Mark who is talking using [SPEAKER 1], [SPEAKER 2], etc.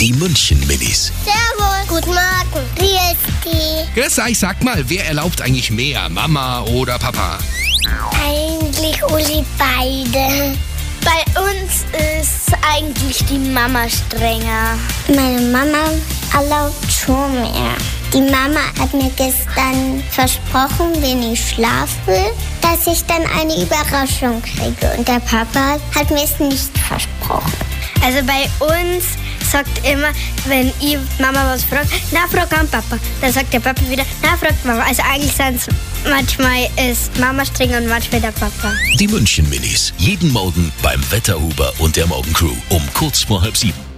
[SPEAKER 1] Die München-Minis.
[SPEAKER 2] Servus. Guten Morgen. Wie ist die?
[SPEAKER 1] Grüß euch, sag mal, wer erlaubt eigentlich mehr, Mama oder Papa?
[SPEAKER 2] Eigentlich Uli beide. Bei uns ist eigentlich die Mama strenger. Meine Mama erlaubt schon mehr. Die Mama hat mir gestern versprochen, wenn ich schlafen will, dass ich dann eine Überraschung kriege. Und der Papa hat mir es nicht versprochen. Also bei uns sagt immer, wenn ich Mama was fragt, na frag an Papa. Dann sagt der Papa wieder, na fragt Mama. Also eigentlich sind es manchmal ist Mama streng und manchmal der Papa.
[SPEAKER 1] Die München-Minis. Jeden Morgen beim Wetterhuber und der Morgencrew um kurz vor halb sieben.